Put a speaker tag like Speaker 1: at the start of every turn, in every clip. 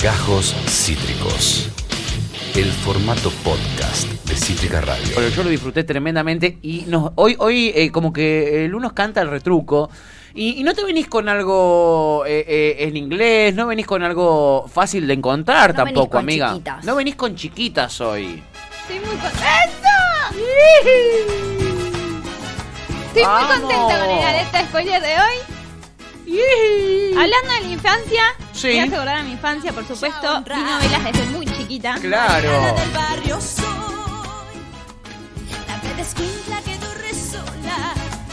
Speaker 1: Gajos Cítricos. El formato podcast de Cítrica Radio.
Speaker 2: Pero yo lo disfruté tremendamente y nos, hoy, hoy eh, como que el uno canta el retruco. Y, y no te venís con algo eh, eh, en inglés, no venís con algo fácil de encontrar
Speaker 3: No venís
Speaker 2: tampoco,
Speaker 3: con
Speaker 2: amiga.
Speaker 3: chiquitas.
Speaker 2: No venís con chiquitas hoy.
Speaker 4: Estoy muy contenta. Estoy
Speaker 2: Vamos.
Speaker 4: muy contenta con el alerta spoiler de hoy. Hablando de la infancia,
Speaker 2: Sí.
Speaker 4: voy a asegurar a mi infancia, por supuesto. Vi novelas desde muy chiquita.
Speaker 2: Claro.
Speaker 5: del barrio soy la plata escuincla que corre sola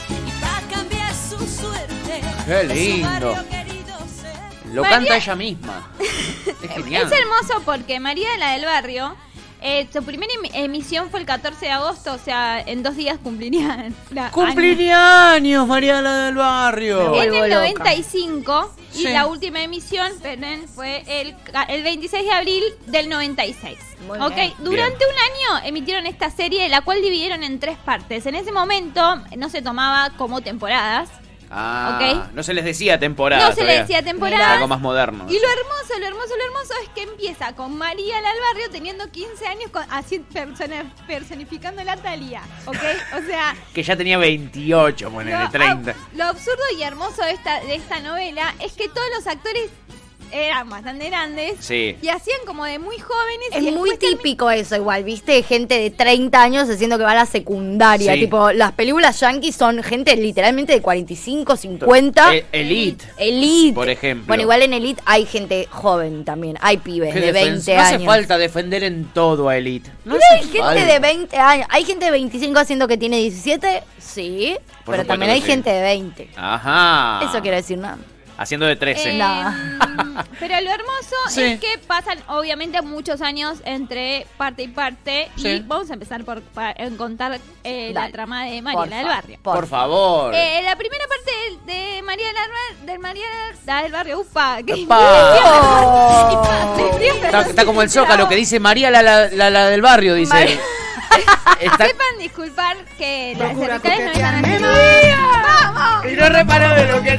Speaker 5: y va a cambiar su suerte
Speaker 2: Qué
Speaker 5: de su
Speaker 2: lindo.
Speaker 5: barrio querido ser.
Speaker 2: Lo
Speaker 4: María-
Speaker 2: canta ella misma. Es genial.
Speaker 4: Es hermoso porque María de la del Barrio, eh, su primera em- emisión fue el 14 de agosto, o sea, en dos días cumpliría. la-
Speaker 2: Cumpliría años, Mariana del Barrio.
Speaker 4: En
Speaker 3: Vuelvo
Speaker 4: el
Speaker 3: loca.
Speaker 4: 95
Speaker 2: Sí.
Speaker 4: y la última emisión, perdón, fue el, ca- el 26 de abril del 96.
Speaker 3: Muy
Speaker 4: ok,
Speaker 3: bien.
Speaker 4: durante un año emitieron esta serie, la cual dividieron en tres partes. En ese momento no se tomaba como temporadas,
Speaker 2: Ah,
Speaker 4: Ok.
Speaker 2: no se les decía temporada.
Speaker 4: no se le
Speaker 2: todavía.
Speaker 4: decía
Speaker 2: Era
Speaker 4: temporada.
Speaker 2: Algo más moderno.
Speaker 4: Y lo hermoso, lo hermoso, lo hermoso es que empieza con María la del barrio teniendo 15 años, con- así persona- personificando la Talía, ¿ok? O sea,
Speaker 2: Que ya tenía 28, ponele,
Speaker 4: lo,
Speaker 2: 30.
Speaker 4: ab- lo absurdo y hermoso de esta, de esta novela es que todos los actores eran bastante grandes
Speaker 2: Sí.
Speaker 4: y hacían como de muy jóvenes. y
Speaker 3: Es muy
Speaker 4: después termi-
Speaker 3: típico eso igual, ¿viste? Gente de 30 años haciendo que va a la secundaria.
Speaker 2: Sí.
Speaker 3: Tipo, las películas yankees son gente literalmente de 45, 50.
Speaker 2: E- elite.
Speaker 3: Elite.
Speaker 2: Por ejemplo.
Speaker 3: Bueno, igual en Elite hay gente joven también. Hay pibes
Speaker 2: Qué
Speaker 3: de
Speaker 2: defen-
Speaker 3: 20
Speaker 2: no
Speaker 3: años.
Speaker 2: hace falta defender en todo a Elite. No
Speaker 3: Pero hay
Speaker 2: hace
Speaker 3: gente
Speaker 2: falta.
Speaker 3: de 20 años. Hay gente de 25 haciendo que tiene 17. Sí.
Speaker 2: Por
Speaker 3: pero
Speaker 2: supuesto
Speaker 3: también
Speaker 2: que
Speaker 3: hay
Speaker 2: sí. Ah.
Speaker 3: gente de 20.
Speaker 2: Ajá.
Speaker 3: Eso quiero decir nada.
Speaker 2: Haciendo de 13.
Speaker 4: Eh,
Speaker 3: No.
Speaker 4: Pero lo hermoso
Speaker 2: Sí.
Speaker 4: es que pasan obviamente muchos años entre parte y parte y
Speaker 2: Sí.
Speaker 4: vamos a empezar por pa- en contar eh, la
Speaker 3: Dale.
Speaker 4: trama de
Speaker 3: Por
Speaker 4: Mariela del
Speaker 3: fa-
Speaker 4: Barrio.
Speaker 2: Por favor.
Speaker 4: Eh, la primera parte de, de María del, Arba- de María del- del Barrio, upa, que
Speaker 2: Epa.
Speaker 3: Oh.
Speaker 2: Está, está como el Zócalo que dice María la, la, la- la del barrio, dice.
Speaker 3: María-
Speaker 2: Está-
Speaker 4: Sepan disculpar que las
Speaker 6: Procura
Speaker 4: cervicales no están
Speaker 6: coquetearme.
Speaker 4: activas. ¡Vamos!
Speaker 2: Y no reparo de lo que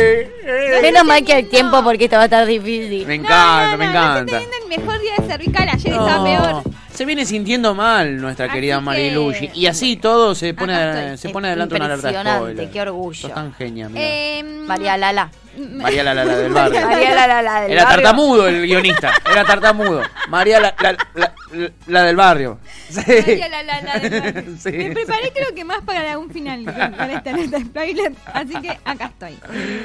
Speaker 2: haré.
Speaker 3: Menos mal que el tiempo porque esto va a estar difícil.
Speaker 2: Me
Speaker 4: No,
Speaker 2: encanta,
Speaker 4: no,
Speaker 2: me
Speaker 4: no,
Speaker 2: encanta.
Speaker 4: No, estoy teniendo el mejor día de cervical, ayer estaba peor.
Speaker 2: No, Se viene sintiendo mal nuestra
Speaker 4: Así
Speaker 2: querida
Speaker 4: que-
Speaker 2: Marilucci. Y así todo se
Speaker 4: Acá
Speaker 2: pone,
Speaker 4: estoy.
Speaker 2: se pone adelante una alerta
Speaker 3: Impresionante,
Speaker 2: spoiler.
Speaker 3: qué orgullo.
Speaker 2: Sos tan genia, amiga.
Speaker 4: Eh,
Speaker 3: María Lala.
Speaker 2: María la, la, la del barrio.
Speaker 3: María Lala, la del
Speaker 2: Era
Speaker 3: barrio.
Speaker 2: tartamudo el guionista. Era tartamudo. María la, la, la, la- la del barrio. Sí.
Speaker 4: María la, la, la del barrio.
Speaker 2: Sí.
Speaker 4: Me preparé creo que más para un final que para esta nota spoiler, así que acá estoy.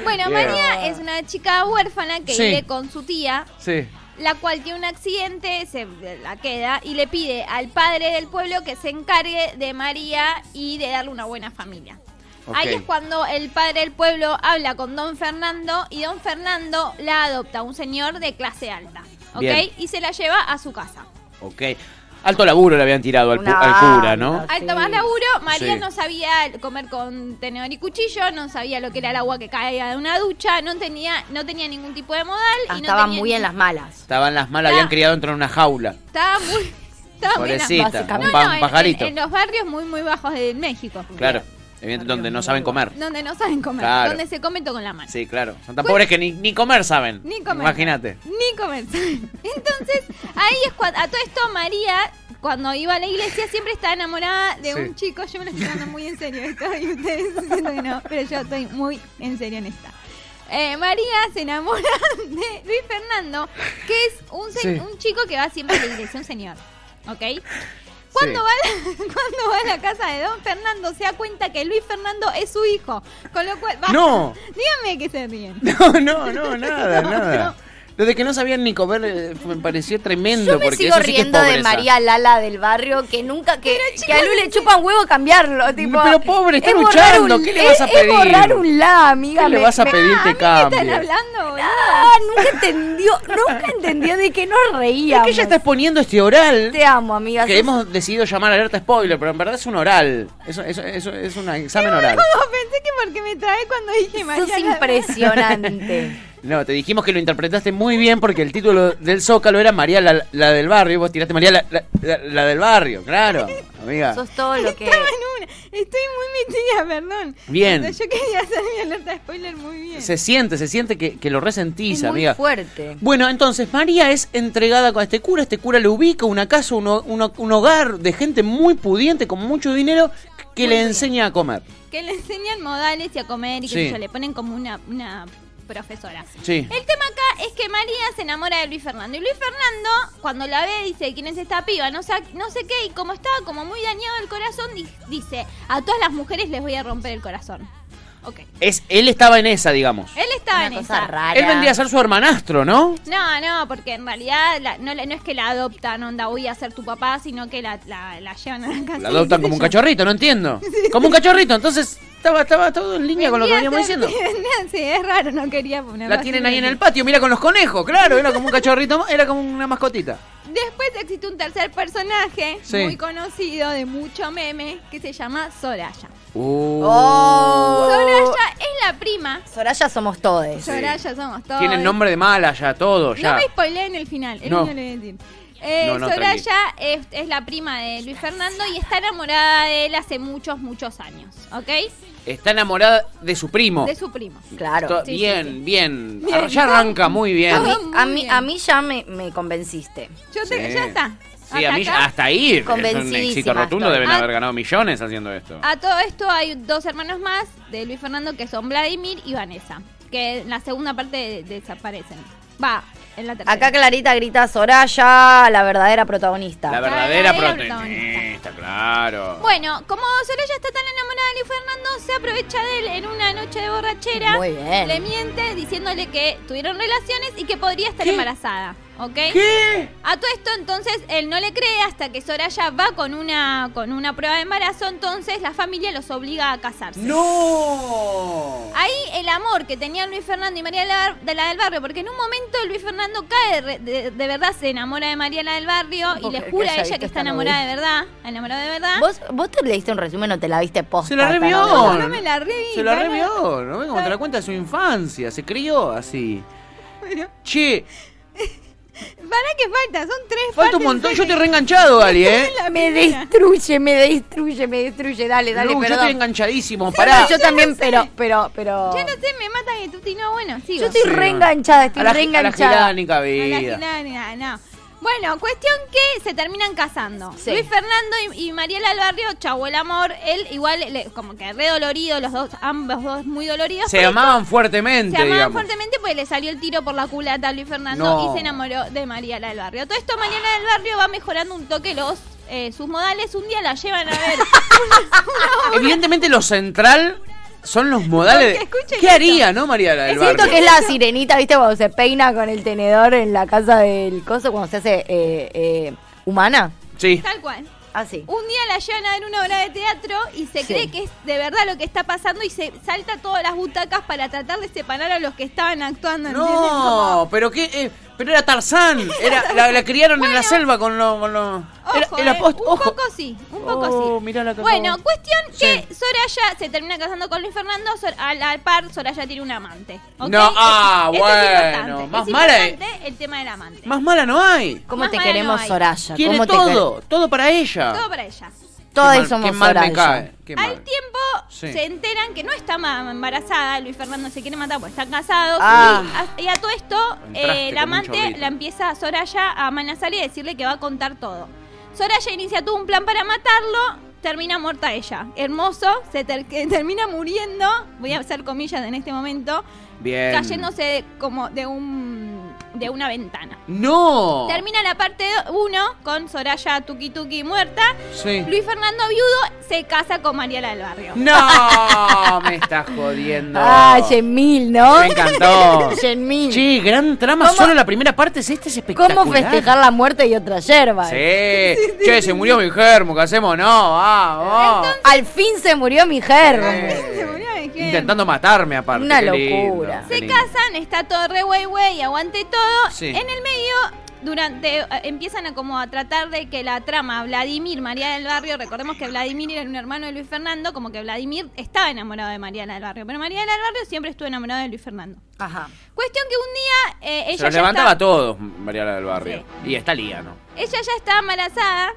Speaker 4: Bueno,
Speaker 2: Bien.
Speaker 4: María es una chica huérfana que
Speaker 2: Sí.
Speaker 4: vive con su tía,
Speaker 2: Sí.
Speaker 4: la cual tiene un accidente, se la queda y le pide al padre del pueblo que se encargue de María y de darle una buena familia.
Speaker 2: Ok.
Speaker 4: Ahí es cuando el padre del pueblo habla con don Fernando y don Fernando la adopta, un señor de clase alta, ¿ok?
Speaker 2: Bien.
Speaker 4: Y se la lleva a su casa.
Speaker 2: Ok. Alto laburo le habían tirado al, pu-
Speaker 3: Una
Speaker 2: al cura, ¿no?
Speaker 3: banda.
Speaker 4: Al
Speaker 3: Sí.
Speaker 4: tomar laburo, María
Speaker 2: Sí.
Speaker 4: no sabía comer con tenedor y cuchillo, no sabía lo que era el agua que caía de una ducha, no tenía, no tenía ningún tipo de modal. y no
Speaker 3: Estaba
Speaker 4: tenía
Speaker 3: muy en
Speaker 4: ni-
Speaker 3: las malas.
Speaker 2: Estaban las malas, habían
Speaker 4: Ah.
Speaker 2: criado dentro de una jaula.
Speaker 4: Estaba muy... Estaba muy en las
Speaker 2: Pobrecita,
Speaker 3: básicamente.
Speaker 2: un,
Speaker 4: No,
Speaker 2: pa-
Speaker 4: no,
Speaker 2: un
Speaker 4: en-
Speaker 2: pajarito.
Speaker 4: En, en los barrios muy, muy bajos de México.
Speaker 2: Claro, evidentemente donde no saben comer.
Speaker 4: Donde no saben comer.
Speaker 2: Claro.
Speaker 4: Donde se come todo con la mano.
Speaker 2: Sí, claro. Son tan pobres que ni, ni comer saben.
Speaker 4: Ni comer.
Speaker 2: Imagínate.
Speaker 4: Ni comer. Entonces, ahí es cuando. A todo esto, María, cuando iba a la iglesia, siempre estaba enamorada de
Speaker 2: Sí.
Speaker 4: un chico. Yo me lo estoy dando muy en serio esto. Y ustedes siento que no. Pero yo estoy muy en serio en esta. Eh, María se enamora de Luis Fernando, que es un, se-
Speaker 2: Sí.
Speaker 4: un chico que va siempre a la iglesia, un señor. ¿Ok? Cuando, va a la, cuando va a la casa de don Fernando, se da cuenta que Luis Fernando es su hijo. Con lo cual. va-
Speaker 2: No.
Speaker 4: Díganme que se ríen.
Speaker 2: No, no, no, nada, nada. Lo de que no sabían ni comer eh, me pareció tremendo.
Speaker 3: Yo me
Speaker 2: porque
Speaker 3: sigo
Speaker 2: eso sí que es
Speaker 3: riendo de
Speaker 2: pobreza.
Speaker 3: María Lala del barrio que nunca, que, que a Lu le chupan huevo cambiarlo. Tipo,
Speaker 2: Mm, Pero pobre, está
Speaker 3: es borrar
Speaker 2: luchando,
Speaker 3: un-
Speaker 2: ¿qué le vas a
Speaker 3: es- es
Speaker 2: pedir?
Speaker 3: borrar un la, amiga.
Speaker 2: ¿Qué le
Speaker 3: me-
Speaker 2: vas a
Speaker 3: me-
Speaker 2: pedir
Speaker 4: ¿A
Speaker 2: que
Speaker 4: mí qué están
Speaker 2: cambie?
Speaker 4: hablando, boludo?
Speaker 3: Ah, nunca entendió, nunca entendió de qué nos
Speaker 2: Es
Speaker 3: reíamos.
Speaker 2: que ella está exponiendo este oral
Speaker 3: Te amo, amiga.
Speaker 2: que
Speaker 3: sos-
Speaker 2: hemos decidido llamar alerta spoiler, pero en verdad es un oral. Eso, eso, eso es un examen oral.
Speaker 4: No, pensé que porque me trae cuando dije María.
Speaker 3: sos
Speaker 4: la-
Speaker 3: impresionante.
Speaker 2: No, te dijimos que lo interpretaste muy bien porque el título del Zócalo era María la, la del barrio y vos tiraste María la, la- la- la del barrio, claro, amiga.
Speaker 3: Sos todo lo que.
Speaker 4: Estaba en una. Estoy muy metida, perdón.
Speaker 2: Bien.
Speaker 4: O sea, yo quería hacer mi alerta de spoiler muy bien.
Speaker 2: Se siente, se siente que, que lo resentís,
Speaker 3: Es muy
Speaker 2: amiga.
Speaker 3: fuerte.
Speaker 2: Bueno, entonces María es entregada con este cura, este cura le ubica una casa, un, ho- un ho- un hogar de gente muy pudiente, con mucho dinero, que le enseña a comer.
Speaker 4: Que le enseñan modales y a comer y que
Speaker 2: Sí.
Speaker 4: le ponen como una, una profesora.
Speaker 2: Sí.
Speaker 4: El tema acá es que María se enamora de Luis Fernando. Y Luis Fernando, cuando la ve, dice, ¿quién es esta piba? No, sa- no sé qué. Y como estaba como muy dañado el corazón, di- dice, a todas las mujeres les voy a romper el corazón. Ok.
Speaker 2: Es, él estaba en esa, digamos.
Speaker 4: Él estaba
Speaker 3: Una
Speaker 4: en
Speaker 3: cosa
Speaker 4: esa.
Speaker 3: rara.
Speaker 2: Él vendría a ser su hermanastro, ¿no?
Speaker 4: No, no, porque en realidad la- no, la- no es que la adoptan, onda, voy a ser tu papá, sino que la, la- la llevan a la casa.
Speaker 2: La adoptan como un cachorrito, no entiendo. Como un cachorrito, entonces estaba, estaba todo en línea con lo que veníamos diciendo.
Speaker 4: sí, es raro, no quería ponerlo
Speaker 2: La
Speaker 4: así.
Speaker 2: tienen ahí en el patio, mira con los conejos, claro, era como un cachorrito, ma- era como una mascotita.
Speaker 4: Después existe un tercer personaje
Speaker 2: Sí.
Speaker 4: muy conocido, de mucho meme, que se llama Soraya.
Speaker 2: Uh,
Speaker 3: Oh.
Speaker 4: Soraya es la prima.
Speaker 3: Soraya somos todes.
Speaker 4: Soraya somos todos.
Speaker 2: Tienen nombre de mala ya, todo, ya.
Speaker 4: No me spoileen el final, el
Speaker 2: No.
Speaker 4: niño le voy a decir. Eh,
Speaker 2: No, no,
Speaker 4: Soraya es, es la prima de Luis Fernando y está enamorada de él hace muchos, muchos años, ¿ok?
Speaker 2: Está enamorada de su primo.
Speaker 4: De su primo.
Speaker 3: Claro.
Speaker 2: To-
Speaker 4: Sí, sí,
Speaker 2: bien,
Speaker 4: sí.
Speaker 2: bien,
Speaker 4: Bien.
Speaker 2: Ah, Ya arranca muy bien.
Speaker 3: A mí,
Speaker 4: Muy
Speaker 3: a mí,
Speaker 4: bien.
Speaker 3: a mí ya me, me convenciste.
Speaker 4: Yo te,
Speaker 2: Sí.
Speaker 4: ya está.
Speaker 2: Sí, a mí
Speaker 4: acá.
Speaker 2: ya- hasta ahí. Es un
Speaker 3: Convencidísima
Speaker 2: éxito rotundo.
Speaker 3: estoy.
Speaker 2: Deben
Speaker 4: Ah.
Speaker 2: haber ganado millones haciendo esto.
Speaker 4: A todo esto hay dos hermanos más de Luis Fernando que son Vladimir y Vanessa, que en la segunda parte de- desaparecen. Va, en la tercera.
Speaker 3: Acá Clarita grita Soraya, la verdadera protagonista.
Speaker 2: La verdadera
Speaker 4: La verdadera
Speaker 2: protagonista, claro.
Speaker 4: Bueno, como Soraya está tan enamorada de Luis Fernando, se aprovecha de él en una noche de borrachera.
Speaker 3: Muy bien.
Speaker 4: Le miente diciéndole que tuvieron relaciones y que podría estar
Speaker 2: ¿Qué?
Speaker 4: embarazada, ¿ok?
Speaker 2: ¿Qué?
Speaker 4: A todo esto, entonces, él no le cree hasta que Soraya va con una, con una prueba de embarazo, entonces la familia los obliga a casarse.
Speaker 2: ¡No!
Speaker 4: Ahí el amor que tenían Luis Fernando y María de la- de la del Barrio, porque en un momento Luis Fernando cae de, re- de- de verdad, se enamora de María la del Barrio
Speaker 3: No puedo
Speaker 4: y le
Speaker 3: creer que
Speaker 4: jura a
Speaker 3: haya
Speaker 4: ella
Speaker 3: visto
Speaker 4: que está
Speaker 3: esta
Speaker 4: enamorada de
Speaker 3: novela.
Speaker 4: verdad, enamorada de verdad.
Speaker 3: ¿Vos, vos te leíste un resumen o te la viste posta?
Speaker 2: Se la
Speaker 3: esta
Speaker 2: revió.
Speaker 3: novela?
Speaker 4: No, no me la reví,
Speaker 2: Se la
Speaker 4: no, no.
Speaker 2: revió. No ven cómo te la cuenta de su infancia. Se crió así.
Speaker 4: Bueno.
Speaker 2: Che,
Speaker 4: ¿Para qué falta? Son tres
Speaker 2: falta un montón. Yo estoy reenganchado, Ali, ¿eh?
Speaker 3: Me destruye, me destruye, me destruye. Dale, dale,
Speaker 2: Lu, yo
Speaker 3: perdón.
Speaker 2: estoy enganchadísimo. Pará.
Speaker 3: yo también, pero, pero, pero.
Speaker 4: Yo no sé, me matan y Tuti no, bueno, sigo.
Speaker 3: Yo estoy
Speaker 2: Sí.
Speaker 3: reenganchada, estoy
Speaker 2: A la, a la
Speaker 3: reenganchada.
Speaker 2: gilánica
Speaker 4: No, la
Speaker 2: vida.
Speaker 4: gilada, no. Bueno, cuestión que se terminan casando.
Speaker 3: Sí.
Speaker 4: Luis Fernando y, y Mariela del Barrio, chau el amor. Él igual, le- como que re dolorido, los dos, ambos dos muy doloridos.
Speaker 2: Se
Speaker 4: pero
Speaker 2: amaban
Speaker 4: se
Speaker 2: fuertemente,
Speaker 4: amaban
Speaker 2: digamos.
Speaker 4: fuertemente porque le salió el tiro por la culata a Luis Fernando
Speaker 2: No.
Speaker 4: y se enamoró de Mariela del Barrio. Todo esto, Mariela del Barrio va mejorando un toque los eh, sus modales. Un día la llevan a ver.
Speaker 2: Evidentemente lo central son los modales.
Speaker 4: Porque
Speaker 2: de-
Speaker 4: escuchen
Speaker 2: ¿Qué
Speaker 4: esto.
Speaker 2: haría, no, María la del
Speaker 3: Siento
Speaker 2: Barrio?
Speaker 3: que es la sirenita, ¿viste? Cuando se peina con el tenedor en la casa del coso, cuando se hace eh, eh, humana.
Speaker 2: Ah, Sí.
Speaker 4: tal cual.
Speaker 3: Así.
Speaker 4: Un día la llevan a ver una obra de teatro y se
Speaker 3: Sí.
Speaker 4: cree que es de verdad lo que está pasando y se salta todas las butacas para tratar de separar a los que estaban actuando. ¿entiendes? Como-
Speaker 2: No, pero qué. eh, pero era Tarzán. Era, la, la criaron en la selva con los. Con lo- era,
Speaker 4: Ojo,
Speaker 2: era
Speaker 4: eh,
Speaker 2: post-
Speaker 4: un
Speaker 2: ojo.
Speaker 4: poco sí, un poco
Speaker 2: Oh,
Speaker 4: sí.
Speaker 2: mirá la que
Speaker 4: bueno,
Speaker 2: acabo.
Speaker 4: cuestión que
Speaker 2: Sí.
Speaker 4: Soraya se termina casando con Luis Fernando, Sor- al, al par Soraya tiene un amante. ¿ok?
Speaker 2: No, ah,
Speaker 4: Esto es
Speaker 2: bueno,
Speaker 4: importante,
Speaker 2: más
Speaker 4: es
Speaker 2: mala,
Speaker 4: importante el tema del amante.
Speaker 2: Más mala no hay.
Speaker 3: ¿Cómo
Speaker 4: Más
Speaker 3: te
Speaker 4: mala
Speaker 3: queremos,
Speaker 4: no hay.
Speaker 3: Soraya?
Speaker 2: Tiene
Speaker 3: ¿Cómo te
Speaker 2: todo. Todo para ella.
Speaker 4: Todo para ella.
Speaker 3: quer-
Speaker 2: Qué
Speaker 3: Todas
Speaker 2: mal-
Speaker 3: somos
Speaker 2: qué mal
Speaker 3: Soraya.
Speaker 2: me cae. Qué
Speaker 4: Al
Speaker 2: mal.
Speaker 4: tiempo
Speaker 2: Sí.
Speaker 4: se enteran que no está ma- embarazada, Luis Fernando se quiere matar porque están casados.
Speaker 3: Ah.
Speaker 4: Y, a, y a todo esto,
Speaker 2: Entraste
Speaker 4: eh, la
Speaker 2: como un
Speaker 4: amante
Speaker 2: chorrito.
Speaker 4: la empieza a Soraya a amenazar y a decirle que va a contar todo. Soraya inicia todo un plan para matarlo, termina muerta ella. Hermoso, se ter- que termina muriendo, voy a hacer comillas en este momento,
Speaker 2: Bien.
Speaker 4: cayéndose de- como de un de una ventana.
Speaker 2: No.
Speaker 4: Termina la parte 1 con Soraya Tuki Tuki muerta.
Speaker 2: Sí.
Speaker 4: Luis Fernando viudo se casa con Mariela del Barrio.
Speaker 2: Mm. No, me estás jodiendo.
Speaker 3: Ah, Yemil, ¿no?
Speaker 2: Me encantó.
Speaker 3: Yemil.
Speaker 2: Che, gran trama.
Speaker 3: ¿Cómo-
Speaker 2: Solo la primera parte es este es espectacular.
Speaker 3: ¿Cómo festejar la muerte de otra yerba?
Speaker 2: Sí. che, se murió mi germo, ¿qué hacemos? No, vamos.
Speaker 3: Al fin se murió mi germo.
Speaker 2: Eh,
Speaker 4: Se murió mi germo.
Speaker 2: Intentando matarme aparte.
Speaker 3: Una
Speaker 2: qué lindo,
Speaker 3: locura.
Speaker 2: qué
Speaker 4: Se
Speaker 2: lindo.
Speaker 4: casan, está todo re wey wey, aguante todo.
Speaker 2: Sí.
Speaker 4: En el medio, durante eh, empiezan a como a tratar de que la trama Vladimir, María del Barrio, recordemos que Vladimir era un hermano de Luis Fernando, como que Vladimir estaba enamorado de María del Barrio, pero María del Barrio siempre estuvo enamorada de Luis Fernando.
Speaker 3: Ajá.
Speaker 4: Cuestión que un día eh,
Speaker 2: Se
Speaker 4: ella,
Speaker 2: los
Speaker 4: ya
Speaker 2: levantaba a
Speaker 4: está,
Speaker 2: todos, Mariana del Barrio. Y está Lía, ¿no?
Speaker 4: ella ya está embarazada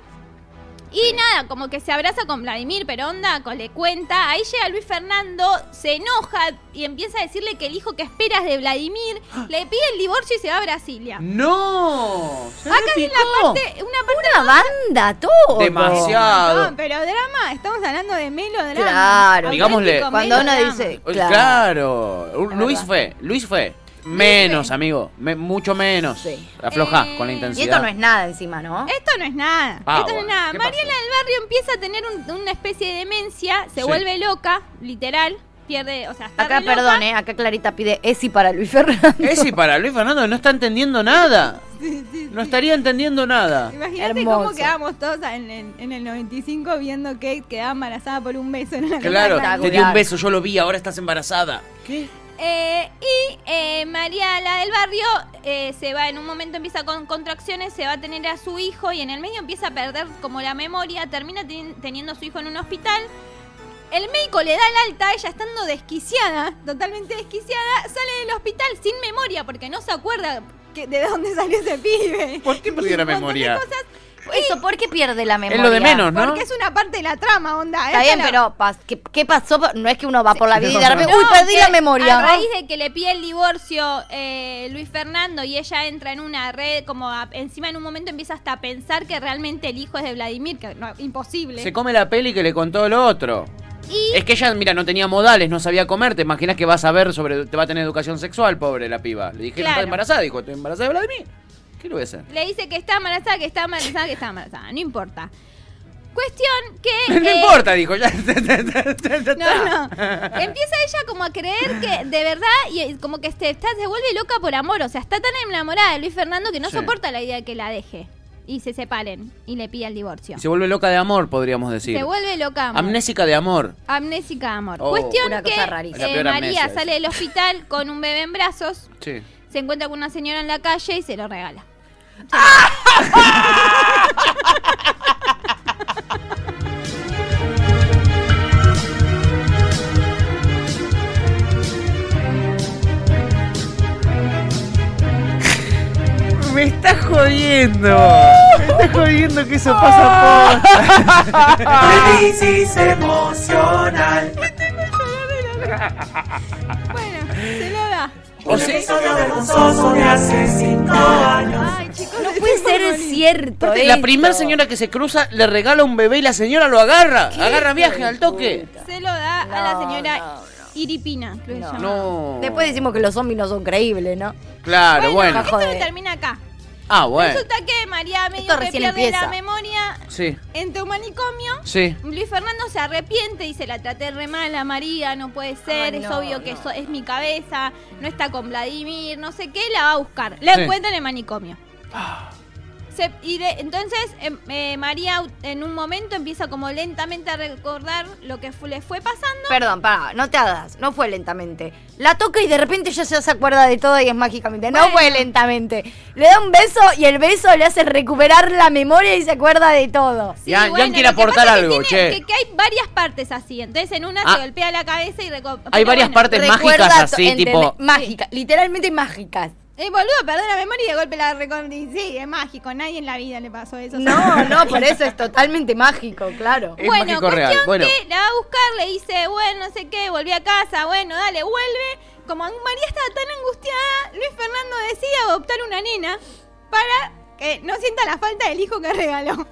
Speaker 4: Y nada, como que se abraza con Vladimir, pero onda, con le cuenta. Ahí llega Luis Fernando, se enoja y empieza a decirle que el hijo que esperas de Vladimir le pide el divorcio y se va a Brasilia.
Speaker 2: ¡No! ¡Se
Speaker 4: Ah. Acá en la
Speaker 2: repicó!
Speaker 4: parte, una parte
Speaker 3: Una banda, todo.
Speaker 2: Demasiado.
Speaker 4: No, pero drama, estamos hablando de melodrama.
Speaker 3: Claro.
Speaker 2: Digámosle.
Speaker 4: Auténtico
Speaker 3: Cuando uno
Speaker 4: melodrama.
Speaker 3: dice,
Speaker 2: Oye,
Speaker 3: claro.
Speaker 2: Claro. Un-
Speaker 3: La
Speaker 2: Luis
Speaker 3: verdad.
Speaker 2: fue, Luis fue. Menos,
Speaker 4: fue.
Speaker 2: amigo. me- mucho menos.
Speaker 3: Sí.
Speaker 2: Afloja
Speaker 4: Eh,
Speaker 2: con la
Speaker 4: y esto
Speaker 2: intensidad.
Speaker 3: Y esto no es nada encima, ¿no?
Speaker 4: Esto no es nada.
Speaker 2: Ah,
Speaker 4: Esto no es
Speaker 2: bueno.
Speaker 4: nada.
Speaker 2: ¿Qué
Speaker 4: Mariela
Speaker 2: pasó?
Speaker 4: del Barrio empieza a tener un- una especie de demencia, se
Speaker 2: Sí.
Speaker 4: vuelve loca, literal, pierde, o sea, está
Speaker 3: Acá,
Speaker 4: re loca.
Speaker 3: perdón, ¿eh? Acá Clarita pide Esi para Luis Fernando.
Speaker 2: Ese para Luis Fernando no está entendiendo nada. No estaría entendiendo nada.
Speaker 4: Imagínate
Speaker 3: Hermoso.
Speaker 4: cómo quedábamos todos en, en- en el 95 viendo Kate quedaba embarazada por un beso en una casa
Speaker 2: Claro,
Speaker 4: de campo.
Speaker 2: te di un beso, yo lo vi, ahora estás embarazada. ¿Qué?
Speaker 4: Eh, y eh, María, la del barrio, eh, se va en un momento, empieza con contracciones, se va a tener a su hijo y en el medio empieza a perder como la memoria, termina ten- teniendo a su hijo en un hospital. El médico le da el alta, ella estando desquiciada, totalmente desquiciada, sale del hospital sin memoria porque no se acuerda que- de dónde salió ese pibe.
Speaker 2: ¿Por qué perdió la
Speaker 4: Un montón de
Speaker 2: memoria?
Speaker 4: cosas,
Speaker 3: Eso, ¿por qué pierde la memoria?
Speaker 2: Es lo de menos, ¿no?
Speaker 4: Porque es una parte de la trama, onda.
Speaker 3: Está
Speaker 4: esta
Speaker 3: bien,
Speaker 4: la-
Speaker 3: pero pas- ¿qué, qué pasó? No es que uno va por la vida y de
Speaker 2: No,
Speaker 3: repente,
Speaker 4: No,
Speaker 3: uy, perdí
Speaker 4: que
Speaker 3: la memoria.
Speaker 4: A raíz de que le pide el divorcio eh, Luis Fernando y ella entra en una red, como a- encima en un momento empieza hasta a pensar que realmente el hijo es de Vladimir, que no, imposible.
Speaker 2: Se come la peli que le contó el otro.
Speaker 4: y
Speaker 2: Es que ella, mira, no tenía modales, no sabía comer. Te imaginas que vas a ver sobre. Te va a tener educación sexual, pobre la piba. Le dije, no
Speaker 4: Claro.
Speaker 2: estás embarazada. Dijo, estoy embarazada de Vladimir. ¿Qué lo voy a hacer?
Speaker 4: le dice que está embarazada, que está embarazada, que está embarazada, no importa. Cuestión que...
Speaker 2: No
Speaker 4: eh,
Speaker 2: importa, dijo. Ya, ya, ya, ya, ya, ya
Speaker 4: No, no.
Speaker 2: está.
Speaker 4: Empieza ella como a creer que de verdad y y como que se, está, se vuelve loca por amor. O sea, está tan enamorada de Luis Fernando que no
Speaker 2: Sí.
Speaker 4: soporta la idea de que la deje. Y se separen y le pida el divorcio.
Speaker 2: Y Se vuelve loca de amor, podríamos decir.
Speaker 4: Se vuelve loca. amor.
Speaker 2: Amnésica de amor.
Speaker 4: Amnésica amor.
Speaker 2: Oh.
Speaker 4: Cuestión
Speaker 3: Una
Speaker 4: que
Speaker 3: cosa rarísima.
Speaker 4: eh,
Speaker 2: La peor amnesia
Speaker 4: María
Speaker 2: es.
Speaker 4: sale del hospital con un bebé en brazos,
Speaker 2: Sí.
Speaker 4: se encuentra con una señora en la calle y se lo regala.
Speaker 2: Me está jodiendo. Me está jodiendo que eso pasa por.
Speaker 6: Crisis emocional.
Speaker 4: Bueno, se lo da.
Speaker 2: O
Speaker 6: Un
Speaker 2: sea,
Speaker 6: episodio vergonzoso de hace cinco años.
Speaker 4: Ay, chicos,
Speaker 3: No puede ser cierto.
Speaker 2: aparte, la
Speaker 3: esto.
Speaker 2: primera señora que se cruza le regala un bebé y la señora lo agarra. Agarra viaje al toque.
Speaker 4: Se lo da a la
Speaker 3: No,
Speaker 4: señora
Speaker 3: no, no.
Speaker 4: Iripina. creo que
Speaker 3: No.
Speaker 4: se llama.
Speaker 2: No.
Speaker 3: Después decimos que los zombies no son creíbles, ¿no?
Speaker 2: Claro, bueno.
Speaker 4: Esto
Speaker 3: Joder.
Speaker 4: termina acá.
Speaker 2: Ah, bueno.
Speaker 4: Resulta que María medio
Speaker 3: Esto
Speaker 4: que
Speaker 3: recién
Speaker 4: pierde
Speaker 3: empieza.
Speaker 4: la memoria
Speaker 2: Sí,
Speaker 4: entre un manicomio.
Speaker 2: sí.
Speaker 4: Luis Fernando se arrepiente y se la traté re mal a María, no puede ser,
Speaker 3: Ay,
Speaker 4: es
Speaker 3: no,
Speaker 4: obvio que
Speaker 3: no.
Speaker 4: eso es mi cabeza, no está con Vladimir, no sé qué, la va a buscar. La
Speaker 2: Sí. Ah.
Speaker 4: encuentra en el manicomio. Se- y de- entonces em, eh, María en un momento empieza como lentamente a recordar lo que fu- le fue pasando.
Speaker 3: Perdón, pará, no te hagas, no fue lentamente. La toca y de repente ya se acuerda de todo y es mágicamente. No
Speaker 4: Bueno.
Speaker 3: fue lentamente. Le da un beso y el beso le hace recuperar la memoria y se acuerda de todo.
Speaker 4: Sí,
Speaker 2: Ian- Ian quiere
Speaker 4: lo que pasa
Speaker 2: aportar
Speaker 4: es que
Speaker 2: algo,
Speaker 4: tiene-
Speaker 2: che.
Speaker 4: Que, que hay varias partes así, entonces en una
Speaker 2: Ah.
Speaker 4: se golpea la cabeza y reco-
Speaker 2: Hay
Speaker 4: pero
Speaker 2: varias
Speaker 4: bueno,
Speaker 2: partes
Speaker 3: Recuerda
Speaker 2: mágicas
Speaker 3: to-
Speaker 2: así,
Speaker 3: entende-
Speaker 2: tipo.
Speaker 3: Mágicas, literalmente mágicas.
Speaker 4: Eh, boludo, perdón la memoria y de golpe la recuerda. y Sí, es mágico, nadie en la vida le pasó eso.
Speaker 3: No, no, por eso es totalmente mágico, claro.
Speaker 2: Es
Speaker 4: bueno,
Speaker 2: mágico
Speaker 4: cuestión
Speaker 2: real, bueno.
Speaker 4: que la va a buscar, le dice, bueno, no sé qué, volví a casa, bueno, dale, vuelve. Como María estaba tan angustiada, Luis Fernando decide adoptar una nena para que no sienta la falta del hijo que regaló.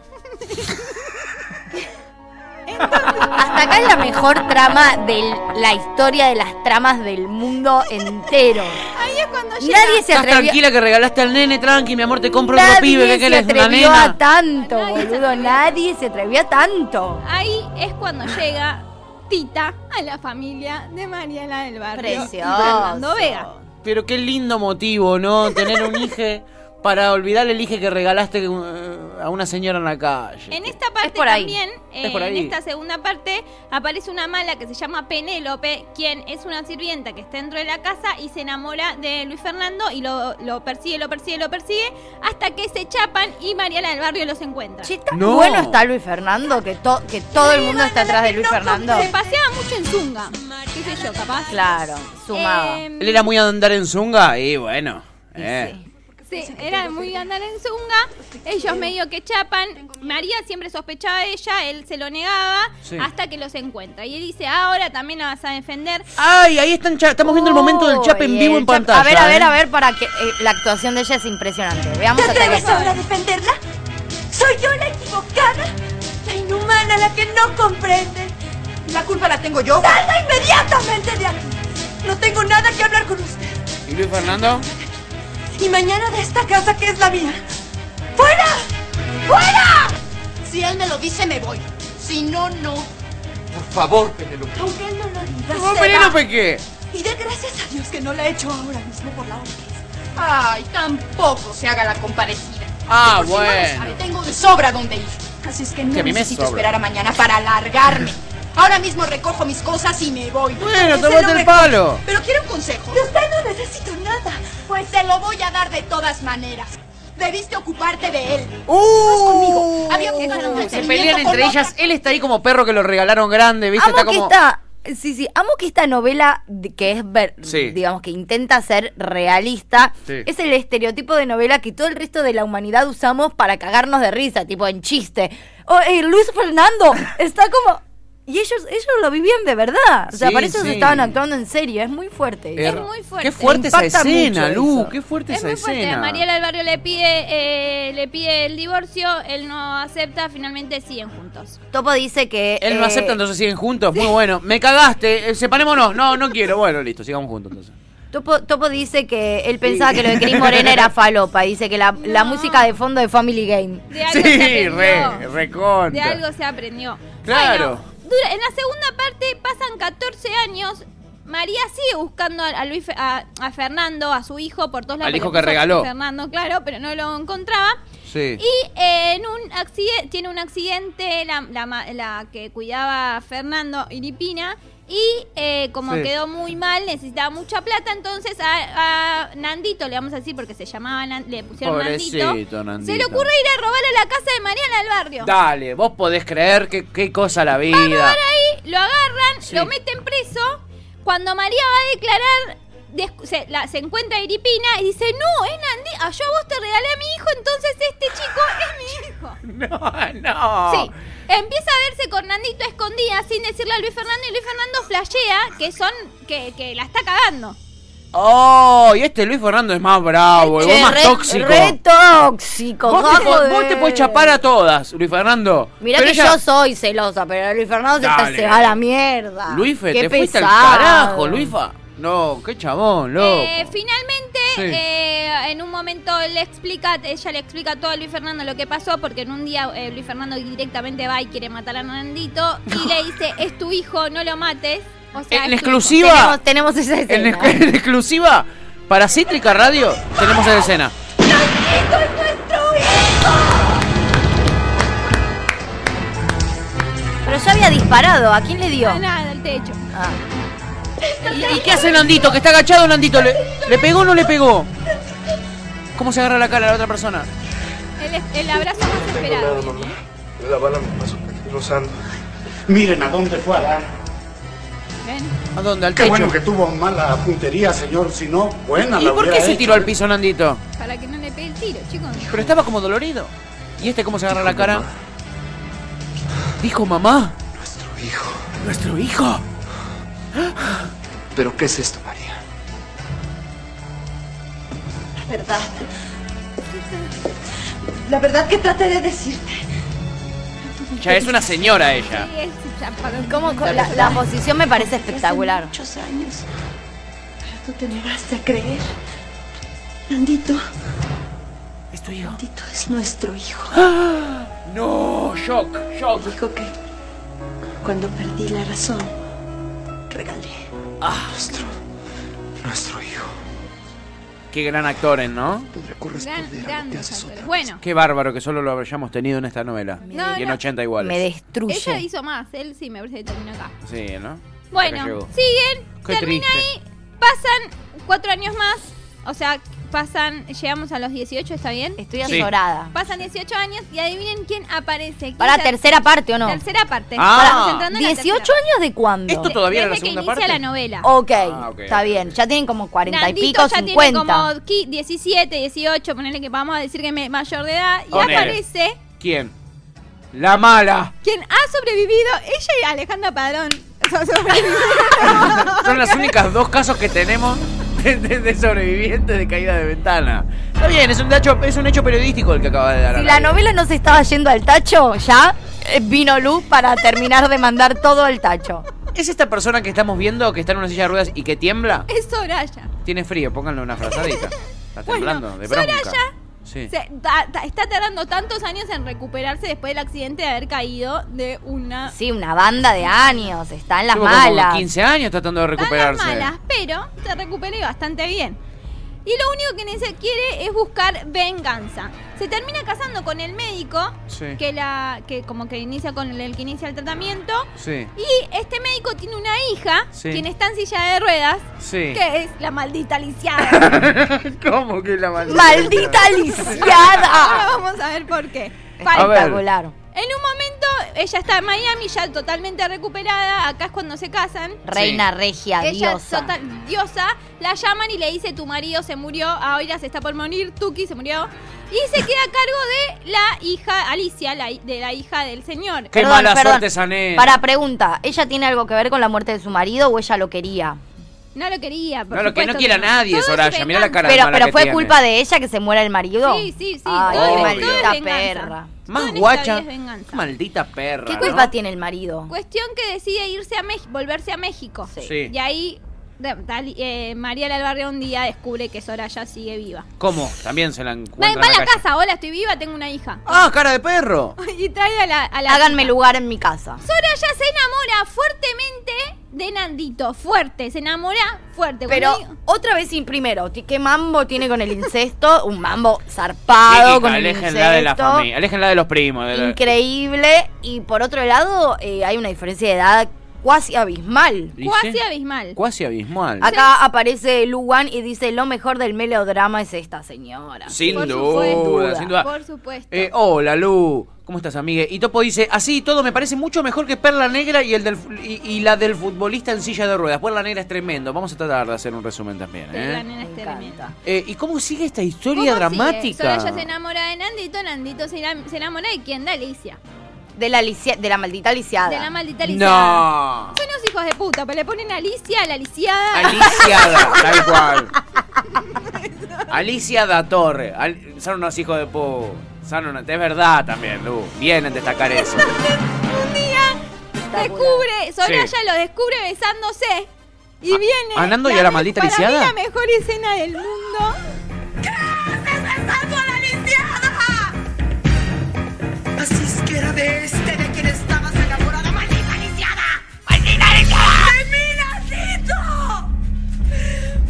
Speaker 3: Hasta acá es la mejor trama de la historia de las tramas del mundo entero.
Speaker 4: Ahí es cuando llega.
Speaker 3: Nadie se
Speaker 2: Estás
Speaker 3: atrevió.
Speaker 2: tranquila que regalaste al nene, tranqui, mi amor, te compro otro
Speaker 3: Nadie
Speaker 2: pibe, que
Speaker 3: se
Speaker 2: querés? Una
Speaker 3: atrevió
Speaker 2: nena.
Speaker 3: a tanto,
Speaker 4: Nadie se
Speaker 3: boludo.
Speaker 4: atrevió.
Speaker 3: Nadie se atrevió a tanto.
Speaker 4: Ahí es cuando llega Tita a la familia de Mariela del Barrio. y Fernando
Speaker 3: Precioso.
Speaker 4: Vega.
Speaker 2: Pero qué lindo motivo, ¿no? Tener un hijo para olvidar el hijo que regalaste eh, a una señora en la calle.
Speaker 4: En esta parte
Speaker 3: por ahí.
Speaker 4: también,
Speaker 2: Es
Speaker 4: eh,
Speaker 2: por ahí.
Speaker 4: en esta segunda parte, aparece una mala que se llama Penélope, quien es una sirvienta que está dentro de la casa y se enamora de Luis Fernando y lo, lo persigue, lo persigue, lo persigue, hasta que se chapan y Mariana del Barrio los encuentra.
Speaker 3: Che, tan
Speaker 2: No.
Speaker 3: bueno está Luis Fernando que, to- que todo el mundo está atrás de Luis Fernando.
Speaker 4: Se paseaba mucho en Zunga, qué sé yo, capaz.
Speaker 3: Claro, sumaba.
Speaker 4: Eh,
Speaker 2: Él era muy a andar en zunga y bueno.
Speaker 3: Y
Speaker 2: eh.
Speaker 3: sí.
Speaker 4: Sí, era muy andar en zunga. Ellos medio que chapan. María siempre sospechaba de ella, él se lo negaba
Speaker 2: Sí.
Speaker 4: hasta que los encuentra. Y él dice, ahora también la vas a defender.
Speaker 2: ¡Ay! Ahí están, cha- estamos viendo el momento del chape en
Speaker 3: Uy,
Speaker 2: vivo
Speaker 3: el
Speaker 2: en
Speaker 3: chape.
Speaker 2: pantalla.
Speaker 3: A ver, a ver,
Speaker 2: ¿eh?
Speaker 3: a ver, para que eh, la actuación de ella es impresionante. Veamos
Speaker 5: ¿Te
Speaker 3: hasta qué
Speaker 5: atreves ahora a defenderla? ¿Soy yo la equivocada? La inhumana, la que no comprende. La culpa la tengo yo. ¡Salga inmediatamente de aquí! No tengo nada que hablar con usted.
Speaker 2: ¿Y Luis Fernando?
Speaker 5: Y mañana de esta casa que es la mía. ¡Fuera! ¡Fuera!
Speaker 7: Si él me lo dice, me voy. Si no, no.
Speaker 8: Por favor, Penelope.
Speaker 5: Aunque él no lo diga,
Speaker 2: ¿Cómo
Speaker 5: se va.
Speaker 2: Penélope qué?
Speaker 5: Y de gracias a Dios que no la he hecho ahora mismo por la hora que es.
Speaker 7: Ay, tampoco se haga la comparecida.
Speaker 2: Ah,
Speaker 7: Por si no lo sabe,
Speaker 2: bueno.
Speaker 7: tengo de sobra donde ir.
Speaker 5: Así es que
Speaker 2: Que
Speaker 5: no
Speaker 2: a mí me
Speaker 5: necesito
Speaker 7: Necesito
Speaker 2: sobra.
Speaker 7: esperar a mañana para alargarme. Ahora mismo recojo mis cosas y me voy.
Speaker 2: Bueno,
Speaker 5: Ese no
Speaker 2: tomate
Speaker 5: me-
Speaker 2: el palo.
Speaker 7: Pero quiero un consejo.
Speaker 5: De usted no necesito nada.
Speaker 7: Pues se lo voy a dar de todas maneras. Debiste ocuparte de él.
Speaker 2: ¡Uh!
Speaker 7: Había buscado un
Speaker 2: Se pelean
Speaker 7: entretenimiento con
Speaker 2: entre
Speaker 7: otra.
Speaker 2: ellas. Él está ahí como perro que lo regalaron grande, ¿viste?
Speaker 3: Amo
Speaker 2: Está
Speaker 3: que
Speaker 2: como.
Speaker 3: esta, sí, sí, amo que esta novela de- que es ver,
Speaker 2: Sí.
Speaker 3: digamos que intenta ser realista,
Speaker 2: Sí.
Speaker 3: es el estereotipo de novela que todo el resto de la humanidad usamos para cagarnos de risa, tipo en chiste. O eh, Luis Fernando está como y ellos ellos lo vivían de verdad, o sea,
Speaker 2: Sí,
Speaker 3: para ellos
Speaker 2: sí.
Speaker 3: estaban actuando en serio, es muy fuerte.
Speaker 4: Es muy fuerte.
Speaker 2: Er- Qué fuerte esa
Speaker 3: Me impacta
Speaker 2: escena,
Speaker 3: mucho
Speaker 2: Lu.
Speaker 3: eso.
Speaker 2: Qué fuerte
Speaker 4: Es
Speaker 2: esa
Speaker 4: muy fuerte.
Speaker 2: escena.
Speaker 4: Mariela del Barrio le pide, eh, le pide el divorcio, él no acepta, finalmente siguen juntos.
Speaker 3: Topo dice que
Speaker 2: Él no
Speaker 3: eh,
Speaker 2: acepta, entonces siguen juntos. Muy bueno. Me cagaste. eh, Separémonos. No, no quiero. Bueno, listo. Sigamos juntos entonces.
Speaker 3: Topo, Topo dice que él pensaba que lo de Cris Morena era falopa, dice que la, la
Speaker 4: No.
Speaker 3: música de fondo de Family Game.
Speaker 4: De algo se
Speaker 2: Sí, re,
Speaker 4: aprendió.
Speaker 2: recontra.
Speaker 4: De algo se aprendió.
Speaker 2: Claro.
Speaker 4: Bueno, dura- en la segunda parte pasan 14 años. María sigue buscando a, a Luis Fe- a, a Fernando, a su hijo, por todos lados.
Speaker 2: Al hijo
Speaker 4: porque
Speaker 2: que
Speaker 4: puso
Speaker 2: regaló.
Speaker 4: Fernando, claro, pero no lo encontraba.
Speaker 2: Sí.
Speaker 4: Y eh, en un accidente, tiene un accidente la, la ma- la que cuidaba a Fernando Iripina. Y eh, como
Speaker 2: Sí.
Speaker 4: quedó muy mal, necesitaba mucha plata, entonces a, a Nandito, le vamos a decir porque se llamaba Nan- le pusieron
Speaker 2: Pobrecito, Nandito.
Speaker 4: Se le ocurre ir a robar a la casa de Mariana al barrio.
Speaker 2: Dale, vos podés creer que- qué cosa la vida.
Speaker 4: ahí, lo agarran,
Speaker 2: Sí.
Speaker 4: lo meten preso. Cuando María va a declarar, des- se, la- se encuentra a Iripina y dice, no, es Nandi, ah, yo a vos te regalé a mi hijo, entonces este chico es mi hijo.
Speaker 2: No, no.
Speaker 4: Sí. Empieza a verse con Nandito a escondida sin decirle a Luis Fernando y Luis Fernando flashea que son, que, que la está cagando.
Speaker 2: Oh, y este Luis Fernando es más bravo, es
Speaker 3: Che,
Speaker 2: más
Speaker 3: re-
Speaker 2: tóxico.
Speaker 3: Re tóxico,
Speaker 2: vos, te, po-
Speaker 3: joder.
Speaker 2: vos te podés chapar a todas, Luis Fernando.
Speaker 3: Mirá
Speaker 2: Pero
Speaker 3: que
Speaker 2: ella-
Speaker 3: yo soy celosa, pero Luis Fernando se,
Speaker 2: Dale.
Speaker 3: está- se va a la mierda.
Speaker 2: Luife,
Speaker 3: ah, Qué
Speaker 2: te fuiste al
Speaker 3: pesado.
Speaker 2: carajo, Luifa. No, qué chabón, loco.
Speaker 4: Eh, finalmente,
Speaker 2: Sí.
Speaker 4: eh, en un momento le explica, ella le explica todo a Luis Fernando lo que pasó, porque en un día eh, Luis Fernando directamente va y quiere matar a Nandito y le dice, es tu hijo, no lo mates. O
Speaker 2: en
Speaker 4: sea, es tu hijo.
Speaker 2: exclusiva,
Speaker 3: Tenemos, tenemos esa
Speaker 2: en,
Speaker 3: escena.
Speaker 2: ex- en exclusiva para Cítrica Radio tenemos esa escena.
Speaker 3: Pero ya había disparado, ¿a quién le dio?
Speaker 4: Ah, Nada, el techo.
Speaker 3: Ah.
Speaker 2: ¿Y, y qué hace Nandito? Que está agachado Nandito. ¿Le, le pegó o no le pegó? ¿Cómo se agarra la cara a la otra persona?
Speaker 4: El, es- el abrazo más esperado. viene, ¿eh?
Speaker 8: La bala me pasó rozando.
Speaker 9: Miren a dónde fue a dar.
Speaker 4: Ven.
Speaker 2: ¿A dónde? ¿Al
Speaker 9: Qué
Speaker 2: techo?
Speaker 9: bueno que tuvo mala puntería, señor. Si no, buena
Speaker 2: ¿Y
Speaker 9: la
Speaker 2: por
Speaker 9: hubiera
Speaker 2: qué se
Speaker 9: hecho,
Speaker 2: tiró al
Speaker 9: ¿eh?
Speaker 2: piso Nandito?
Speaker 4: Para que no le pegue el tiro, chicos.
Speaker 2: Pero estaba como dolorido. ¿Y este cómo se agarra la cara? Dijo mamá.
Speaker 8: Nuestro hijo.
Speaker 2: Nuestro hijo.
Speaker 8: ¿Pero qué es esto, María?
Speaker 5: La verdad. La verdad que traté de decirte.
Speaker 2: Ya es una señora ella.
Speaker 4: Sí, es- ya, perdón.
Speaker 3: ¿Cómo- cómo- la, la posición me parece espectacular.
Speaker 5: Hace muchos años. Pero tú te negaste a creer. Nandito,
Speaker 2: ¿Es tu hijo?
Speaker 5: Nandito es nuestro hijo.
Speaker 2: No, shock, shock.
Speaker 5: Dijo que cuando perdí la razón, regalé.
Speaker 8: Nuestro. Nuestro hijo.
Speaker 2: Qué gran actor, ¿eh, ¿no?
Speaker 8: Podré
Speaker 4: Gran-
Speaker 8: corresponder a lo que
Speaker 4: grandes
Speaker 8: haces
Speaker 4: actores.
Speaker 8: otra
Speaker 4: Bueno,
Speaker 2: Qué bárbaro que solo lo hayamos tenido en esta novela.
Speaker 4: No,
Speaker 2: y en
Speaker 4: no.
Speaker 2: 80 iguales.
Speaker 3: Me destruye.
Speaker 4: ella hizo más, él sí me parece que terminó acá.
Speaker 2: Sí, ¿no? Acá
Speaker 4: Bueno,
Speaker 2: llegó.
Speaker 4: siguen,
Speaker 2: Qué
Speaker 4: termina
Speaker 2: triste.
Speaker 4: ahí, pasan cuatro años más, o sea, pasan, llegamos a los 18, ¿está bien?
Speaker 3: Estoy
Speaker 2: Sí.
Speaker 3: azorada.
Speaker 4: Pasan 18 años y adivinen quién aparece. ¿Quién
Speaker 3: Para
Speaker 4: se-
Speaker 3: tercera parte, ¿o no?
Speaker 4: Tercera parte.
Speaker 2: Ah.
Speaker 4: Estamos entrando en la
Speaker 3: 18
Speaker 4: tercera.
Speaker 3: años de cuándo?
Speaker 2: Esto todavía era la
Speaker 4: Desde que
Speaker 2: segunda
Speaker 4: inicia
Speaker 2: parte.
Speaker 4: la novela.
Speaker 3: Ok,
Speaker 2: ok,
Speaker 3: está
Speaker 2: ok.
Speaker 3: bien. Ya tienen como 40 y
Speaker 4: Nandito
Speaker 3: pico,
Speaker 4: ya
Speaker 3: 50.
Speaker 4: tiene como qui- 17, 18, ponele que vamos a decir que es mayor de edad. Y
Speaker 2: Ponele.
Speaker 4: aparece
Speaker 2: ¿Quién? La mala.
Speaker 4: quien ha sobrevivido, ella y Alejandra Padrón. son sobrevivientes.
Speaker 2: Son las únicas dos casos que tenemos de, de- de sobrevivientes de caída de ventana. Está bien, es un, hecho, es un hecho periodístico el que acaba de dar.
Speaker 3: Si
Speaker 2: al
Speaker 3: la
Speaker 2: aire.
Speaker 3: novela no se estaba yendo al tacho, ya eh, vino Luz para terminar de mandar todo al tacho.
Speaker 2: ¿Es esta persona que estamos viendo que está en una silla de ruedas y que tiembla?
Speaker 4: es Soraya.
Speaker 2: Tiene frío, pónganle una frazadita. Está
Speaker 4: Bueno,
Speaker 2: temblando, de
Speaker 4: Soraya
Speaker 2: bronca. Sí.
Speaker 4: Se- ta- ta- está tardando tantos años en recuperarse después del accidente de haber caído de una...
Speaker 3: Sí, una banda de años, está en las
Speaker 2: Tuvo
Speaker 3: malas.
Speaker 2: Como 15 años tratando de
Speaker 4: Están las
Speaker 2: recuperarse.
Speaker 4: malas, pero se recupera y bastante bien. Y lo único que Nancy quiere es buscar venganza. Se termina casando con el médico,
Speaker 2: Sí.
Speaker 4: que la que como que inicia con el, el que inicia el tratamiento.
Speaker 2: Sí,
Speaker 4: Y este médico tiene una hija,
Speaker 2: Sí.
Speaker 4: quien está en silla de ruedas,
Speaker 2: sí.
Speaker 4: que es la maldita lisiada.
Speaker 2: ¿Cómo que la mala?
Speaker 3: ¡Maldita
Speaker 4: Ahora
Speaker 3: lisiada!
Speaker 4: vamos a ver por qué.
Speaker 2: A ver.
Speaker 3: Espectacular.
Speaker 4: En un momento, ella está en Miami, ya totalmente recuperada. Acá es cuando se casan.
Speaker 3: Reina regia,
Speaker 4: Ella, tota-
Speaker 3: diosa.
Speaker 4: total- diosa, la llaman y le dice, tu marido se murió, ahora se está por morir, Tuki se murió. Y se queda a cargo de la hija, Alicia, la hi- de la hija del señor.
Speaker 2: Qué mala suerte esa nena.
Speaker 3: Para pregunta, ¿ella tiene algo que ver con la muerte de su marido o ella lo quería?
Speaker 4: No lo quería, por
Speaker 2: No, lo que
Speaker 4: supuesto
Speaker 2: no quiera nadie,
Speaker 4: Todo es
Speaker 2: Soraya, mirá la
Speaker 4: venganza.
Speaker 2: cara.
Speaker 3: Pero,
Speaker 2: mala
Speaker 3: pero
Speaker 2: que
Speaker 3: fue
Speaker 2: tiene.
Speaker 3: culpa de ella que se muera el marido.
Speaker 4: Sí, sí, sí,
Speaker 3: Ay,
Speaker 4: todo
Speaker 2: es-
Speaker 3: maldita
Speaker 4: todo es venganza.
Speaker 3: perra.
Speaker 4: Todo
Speaker 2: Más
Speaker 4: en esta
Speaker 2: guacha.
Speaker 4: vida es venganza.
Speaker 2: Maldita perra.
Speaker 3: ¿Qué
Speaker 2: ¿no?
Speaker 3: culpa tiene el marido?
Speaker 4: Cuestión que decide irse a México, volverse a México.
Speaker 2: Sí.
Speaker 4: Y ahí de- tal- eh, María del Barrio un día descubre que Soraya sigue viva.
Speaker 2: ¿Cómo? También se la
Speaker 4: Va,
Speaker 2: encuentra.
Speaker 4: va a
Speaker 2: en
Speaker 4: la
Speaker 2: la calle.
Speaker 4: casa, hola, estoy viva, tengo una hija.
Speaker 2: ¡Ah, cara de perro!
Speaker 4: Y trae a la... A la
Speaker 3: Háganme lugar en mi casa.
Speaker 4: Soraya se enamora fuertemente de Nandito. Fuerte, se enamora fuerte.
Speaker 3: Pero
Speaker 4: Cuando-
Speaker 3: otra vez sin primero, ti- ¿qué mambo tiene con el incesto? Un mambo
Speaker 4: Ah,
Speaker 3: zarpado
Speaker 2: Hija,
Speaker 3: con el
Speaker 2: aléjenla
Speaker 3: incesto.
Speaker 2: de la familia, aléjenla de los primos. de la-
Speaker 3: Increíble. Y por otro lado, eh, hay una diferencia de edad cuasi abismal.
Speaker 2: ¿Dice?
Speaker 4: Cuasi abismal.
Speaker 2: Cuasi abismal.
Speaker 3: Acá aparece Luan y dice, lo mejor del melodrama es esta señora.
Speaker 2: Sin
Speaker 4: Por
Speaker 2: duda,
Speaker 4: supuesto.
Speaker 2: sin duda.
Speaker 4: Por supuesto.
Speaker 2: Eh, hola, Lu. ¿Cómo estás, amigue? Y Topo dice, así y todo me parece mucho mejor que Perla Negra y, el del, fu- y, y la del futbolista en silla de ruedas. Perla Negra es tremendo. Vamos a tratar de hacer un resumen también,
Speaker 4: Sí, la
Speaker 2: ¿eh?
Speaker 4: nena es
Speaker 3: Me
Speaker 4: tremenda.
Speaker 3: encanta.
Speaker 2: Eh, ¿Y cómo sigue esta
Speaker 4: este ¿Cómo
Speaker 2: historia
Speaker 4: sigue?
Speaker 2: dramática?
Speaker 4: Soraya se enamora de Nandito, Nandito se enam- se enamora de quién? De Alicia.
Speaker 3: De la, licia- de la maldita lisiada.
Speaker 4: De la maldita Alicia.
Speaker 2: No.
Speaker 4: Son unos hijos de puta, pero le ponen Alicia, la lisiada.
Speaker 2: Aliciada, tal cual. Aliciada Torre. Al- son unos hijos de pu. Son una- es verdad también, Lu. Vienen a destacar eso.
Speaker 4: Un día descubre, Soraya
Speaker 2: Sí.
Speaker 4: lo descubre besándose. Y viene.
Speaker 2: a Nando y a la
Speaker 4: me-
Speaker 2: maldita
Speaker 4: para mí
Speaker 2: lisiada?
Speaker 4: la mejor escena del mundo.
Speaker 5: Así es que era de este de quien estabas enamorada, maldita lisiada. ¡Maldita lisiada! ¡De mi Nandito!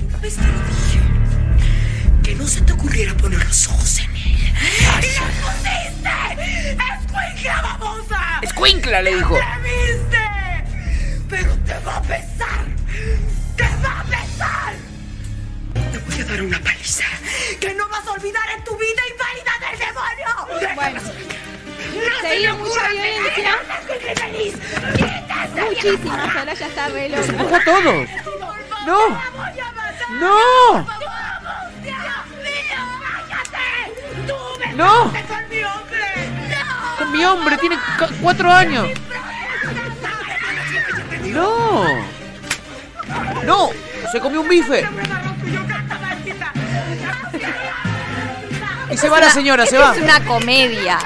Speaker 5: Una vez te lo dije. Que no se te ocurriera poner los ojos en él. ¡Y lo pusiste! ¡Escuincla babosa!
Speaker 2: ¡Escuincla! le dijo.
Speaker 5: ¡Atreviste! ¡Pero te va a pesar! ¡Te va a pesar! Te voy a dar una paliza que no vas a olvidar en tu vida inválida del demonio.
Speaker 4: Bueno.
Speaker 5: ¡No
Speaker 4: se
Speaker 5: se
Speaker 4: dio
Speaker 5: le
Speaker 4: mucha
Speaker 5: ocurra
Speaker 4: violencia. Muchísimas, ahora ya está re loca.
Speaker 2: ¡Empujó a todos! ¡No! ¡No! ¡No! ¡Con mi hombre! ¡Tiene cu- cuatro años! ¡No! ¡No! ¡Se comió un bife! Y se va la señora, se va.
Speaker 3: Es una comedia.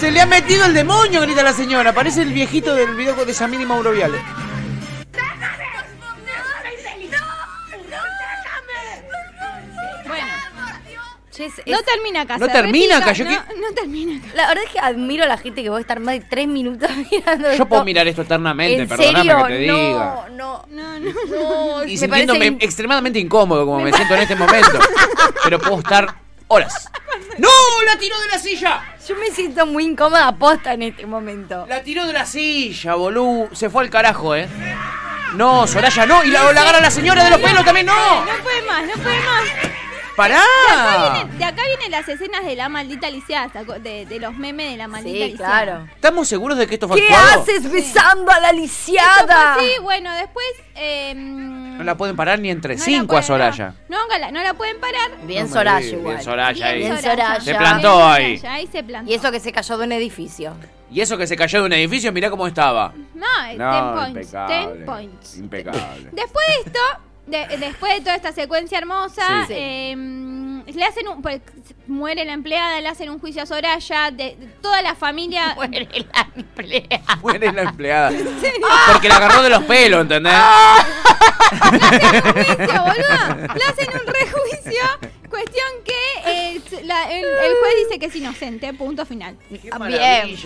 Speaker 2: ¡Se le ha metido el demonio! grita la señora. Parece el viejito del video de Samir y Mauro Viale.
Speaker 4: Bueno,
Speaker 3: Che, es-
Speaker 4: no
Speaker 3: es-
Speaker 4: termina acá.
Speaker 2: No
Speaker 4: se
Speaker 2: termina acá,
Speaker 4: repica,
Speaker 2: yo
Speaker 4: No, no termina acá.
Speaker 3: la verdad es que admiro a la gente que va a estar más de tres minutos mirando
Speaker 2: Yo
Speaker 3: esto.
Speaker 2: puedo mirar esto eternamente,
Speaker 3: ¿En
Speaker 2: perdóname
Speaker 3: serio?
Speaker 2: que te
Speaker 3: no,
Speaker 2: diga.
Speaker 3: No,
Speaker 4: No, no.
Speaker 3: no.
Speaker 2: Y
Speaker 3: me
Speaker 2: sintiéndome
Speaker 3: parece in-
Speaker 2: extremadamente incómodo como me, siento en este momento. Pero puedo estar horas. ¡No! ¡La tiró de la silla!
Speaker 3: Yo me siento muy incómoda posta en este momento.
Speaker 2: ¡La tiró de la silla, boludo! Se fue al carajo, ¿eh? No, Soraya, no. Y la, la agarra la señora de los pelos también, no.
Speaker 4: No puede más, no puede más.
Speaker 2: ¡Pará!
Speaker 4: De
Speaker 2: Ah.
Speaker 4: acá, vienen, de acá vienen las escenas de la maldita lisiada, de, de los memes de la maldita
Speaker 3: Sí,
Speaker 4: lisiada.
Speaker 3: claro.
Speaker 2: ¿Estamos seguros de que esto fue
Speaker 3: ¿Qué
Speaker 2: actuado?
Speaker 3: haces besando a la lisiada?
Speaker 4: Sí, bueno, después... eh, mm,
Speaker 2: No la pueden parar ni entre
Speaker 4: no la
Speaker 2: cinco a
Speaker 4: pueden-
Speaker 2: Soraya.
Speaker 4: No, no, Gala, no la pueden parar.
Speaker 3: Bien
Speaker 2: No me
Speaker 3: Soraya
Speaker 2: digas,
Speaker 3: igual.
Speaker 2: bien Soraya Ah, ahí.
Speaker 3: Bien Soraya.
Speaker 2: Se plantó
Speaker 4: Bien
Speaker 2: ahí.
Speaker 4: Soraya, ahí se plantó.
Speaker 3: Y eso que se cayó de un edificio.
Speaker 2: Y eso que se cayó de un edificio, mirá cómo estaba.
Speaker 4: No,
Speaker 2: No,
Speaker 4: 10 points. 10
Speaker 2: impecable.
Speaker 4: points.
Speaker 2: Impecable.
Speaker 4: Después de esto, de- después de toda esta secuencia hermosa,
Speaker 3: Sí.
Speaker 4: eh, le hacen un, pues, muere la empleada, le hacen un juicio a Soraya, de, de toda la familia.
Speaker 3: Muere la empleada.
Speaker 2: Muere la empleada. Porque la agarró de los pelos, ¿entendés?
Speaker 4: Ah, juicio, boludo. Le hacen un rejuicio. Cuestión que eh, la- el, el juez dice que es inocente, punto final.
Speaker 3: Bien.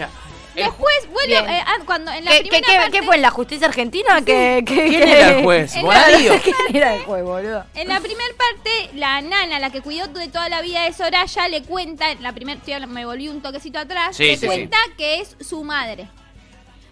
Speaker 4: Después vuelve
Speaker 3: Bien.
Speaker 4: eh, ah, cuando en la
Speaker 3: ¿Qué, qué,
Speaker 4: primera
Speaker 3: qué-
Speaker 4: parte-
Speaker 3: qué fue? ¿La justicia argentina? ¿Qué, qué,
Speaker 2: ¿Quién
Speaker 3: qué-
Speaker 2: era el juez?
Speaker 4: El-
Speaker 2: Bonadío.
Speaker 3: ¿Quién era el juez, boludo?
Speaker 4: En la primera parte, la nana, la que cuidó de toda la vida de Soraya, le cuenta, en la primera, me volví un toquecito atrás,
Speaker 2: Sí,
Speaker 4: le
Speaker 2: sí, sí.
Speaker 4: cuenta que es su madre.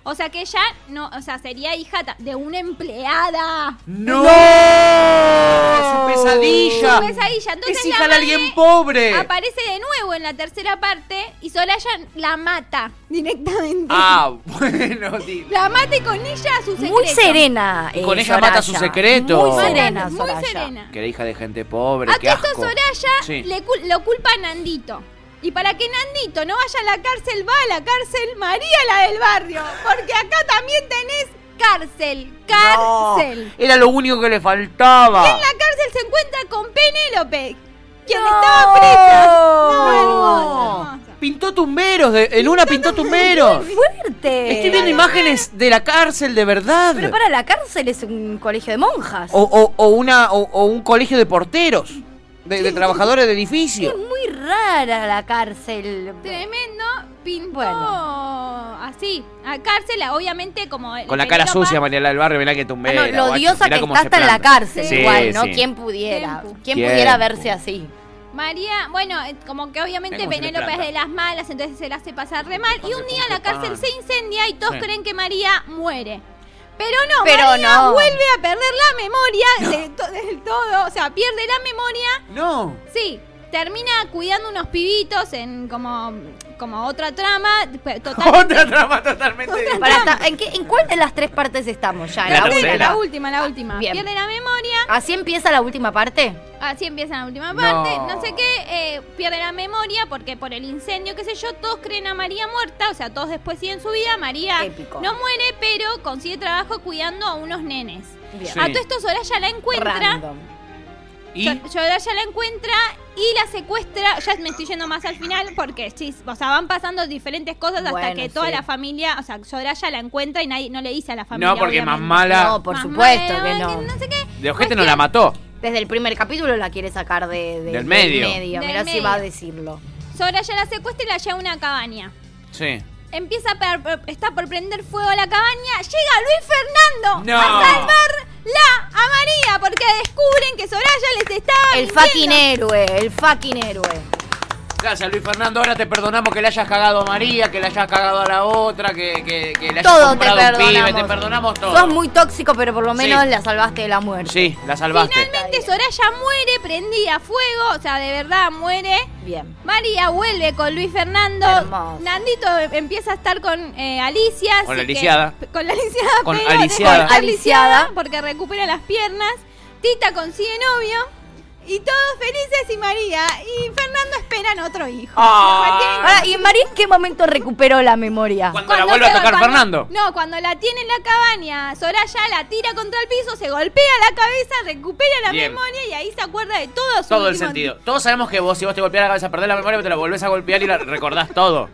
Speaker 4: O sea que ella no, o sea, sería hija ta- de una empleada.
Speaker 2: ¡No! ¡Su pesadilla!
Speaker 4: Su pesadilla. Entonces
Speaker 2: ¡Es
Speaker 4: la
Speaker 2: hija de
Speaker 4: madre
Speaker 2: alguien pobre!
Speaker 4: Aparece de nuevo en la tercera parte y Soraya la mata directamente.
Speaker 2: Ah, bueno, di-
Speaker 4: La mata y con ella su secreto.
Speaker 3: Muy serena. eh,
Speaker 2: con ella
Speaker 3: Soraya.
Speaker 2: mata su secreto.
Speaker 3: Muy
Speaker 2: Mata-
Speaker 3: serena,
Speaker 4: muy
Speaker 3: Soraya.
Speaker 4: serena.
Speaker 2: Que era hija de gente pobre,
Speaker 4: A
Speaker 2: qué
Speaker 4: que esto
Speaker 2: asco.
Speaker 4: Soraya
Speaker 2: Sí.
Speaker 4: le cul- lo culpa a Nandito. Y para que Nandito no vaya a la cárcel, va a la cárcel María, la del barrio. Porque acá también tenés cárcel,
Speaker 2: No,
Speaker 4: cárcel.
Speaker 2: Era lo único que le faltaba.
Speaker 4: En la cárcel se encuentra con Penélope, quien
Speaker 3: No.
Speaker 4: estaba presa. No, hermoso, hermoso.
Speaker 2: Pintó tumberos, de- en una pintó tumberos.
Speaker 3: Fuerte.
Speaker 2: Estoy viendo imágenes de la cárcel de verdad.
Speaker 3: Pero para la cárcel es un colegio de monjas.
Speaker 2: O, o- o una, o, o un colegio de porteros, de, de trabajadores de edificio.
Speaker 3: Es muy rara la cárcel.
Speaker 4: Tremendo, pintó
Speaker 3: Bueno.
Speaker 4: así. A cárcel, obviamente, como.
Speaker 2: Con la cara
Speaker 4: Penélope-
Speaker 2: sucia, Mariela del Barrio, mirá que
Speaker 3: Ah,
Speaker 2: tumbera.
Speaker 3: no, lo
Speaker 2: guacho,
Speaker 3: odiosa
Speaker 2: mirá
Speaker 3: que
Speaker 2: cómo
Speaker 3: está
Speaker 2: se
Speaker 3: hasta en la
Speaker 2: planta.
Speaker 3: cárcel,
Speaker 2: Sí,
Speaker 3: igual, ¿no?
Speaker 2: sí.
Speaker 3: ¿Quién pudiera?
Speaker 4: Tiempo.
Speaker 3: ¿Quién
Speaker 2: Tiempo.
Speaker 3: pudiera verse así?
Speaker 4: María, bueno, eh, como que
Speaker 2: Mirá
Speaker 4: obviamente
Speaker 2: cómo se le
Speaker 4: Penélope es
Speaker 2: planta.
Speaker 4: de las malas, entonces se la hace pasar re mal. Y un día la cárcel
Speaker 2: pan.
Speaker 4: se incendia y todos
Speaker 2: Sí.
Speaker 4: creen que María muere. Pero no,
Speaker 3: Pero
Speaker 4: María
Speaker 3: no.
Speaker 4: vuelve a perder la memoria de to- del todo. O sea, pierde la memoria.
Speaker 2: No.
Speaker 4: Sí, termina cuidando unos pibitos en como, como otra trama. pe- Total.
Speaker 2: Otra trama totalmente diferente.
Speaker 3: Pará, está- ¿en, qué- en cuál de las tres partes estamos ya? ¿En
Speaker 2: La
Speaker 3: la
Speaker 2: tercera.
Speaker 3: última?
Speaker 4: La última, la última.
Speaker 3: Bien. Ah,
Speaker 4: Pierde la memoria.
Speaker 3: ¿Así empieza la última parte?
Speaker 4: Así empieza la última
Speaker 2: No.
Speaker 4: parte. No, sé qué, eh, pierde la memoria porque por el incendio, qué sé yo, todos creen a María muerta. O sea, todos después siguen su vida. María
Speaker 3: Épico.
Speaker 4: no muere, pero consigue trabajo cuidando a unos nenes.
Speaker 3: Bien.
Speaker 2: Sí.
Speaker 4: A todo esto Soraya la encuentra.
Speaker 3: Random.
Speaker 2: Y
Speaker 4: So- Soraya la encuentra y la secuestra. Ya me estoy yendo más al final porque, chis, o sea, van pasando diferentes cosas hasta
Speaker 3: Bueno,
Speaker 4: que toda
Speaker 3: sí.
Speaker 4: la familia, o sea, Soraya la encuentra y nadie no le dice a la familia.
Speaker 2: no, porque más
Speaker 4: obviamente.
Speaker 2: mala.
Speaker 3: No, por
Speaker 4: Más
Speaker 3: supuesto
Speaker 4: mala,
Speaker 3: que no.
Speaker 4: sé qué.
Speaker 2: de ojete no la mató.
Speaker 3: Desde el primer capítulo la quiere sacar de- de-
Speaker 2: Del medio.
Speaker 4: Del
Speaker 3: Mirá si
Speaker 4: medio.
Speaker 3: va a decirlo.
Speaker 4: Soraya la secuestra y la lleva a una cabaña.
Speaker 2: Sí.
Speaker 4: Empieza a per- per- está por prender fuego la cabaña. Llega Luis Fernando
Speaker 2: No.
Speaker 4: a salvarla a María porque descubren que Soraya les estaba
Speaker 3: El
Speaker 4: mintiendo.
Speaker 3: fucking e- héroe, el fucking héroe.
Speaker 2: Gracias, Luis Fernando. Ahora te perdonamos que le hayas cagado a María, que le hayas cagado a la otra, que, que, que le hayas
Speaker 3: Todo te
Speaker 2: comprado
Speaker 3: perdonamos.
Speaker 2: un pibe. Te perdonamos todo.
Speaker 3: Sos muy tóxico, pero por lo menos
Speaker 2: Sí.
Speaker 3: la salvaste de la muerte.
Speaker 2: Sí, la salvaste.
Speaker 4: Finalmente Soraya muere prendida a fuego, o sea, de verdad muere.
Speaker 3: Bien.
Speaker 4: María vuelve con Luis Fernando.
Speaker 3: Hermoso.
Speaker 4: Nandito empieza a estar con eh, Alicia.
Speaker 2: Con
Speaker 4: así
Speaker 2: la
Speaker 4: que-
Speaker 2: lisiada.
Speaker 4: Con la lisiada.
Speaker 2: Con
Speaker 4: pero-
Speaker 2: aliciada.
Speaker 4: con aliciada,
Speaker 3: Aliciada.
Speaker 4: Porque recupera las piernas. Tita consigue novio. Y todos felices y María. Y Fernando esperan otro hijo.
Speaker 2: Ah.
Speaker 4: Tienen
Speaker 3: Ahora, ¿y María en qué momento recuperó la memoria?
Speaker 2: Cuando la
Speaker 4: cuando
Speaker 2: vuelve a
Speaker 4: se-
Speaker 2: tocar
Speaker 4: cuando-
Speaker 2: Fernando.
Speaker 4: No, cuando la tiene en la cabaña, Soraya la tira contra el piso, se golpea la cabeza, recupera la
Speaker 2: Bien.
Speaker 4: memoria y ahí se acuerda de todo su
Speaker 2: Todo el
Speaker 4: último-
Speaker 2: sentido. Todos sabemos que vos, si vos te golpeas la cabeza, perdés la memoria, pero te la volvés a golpear y la recordás todo.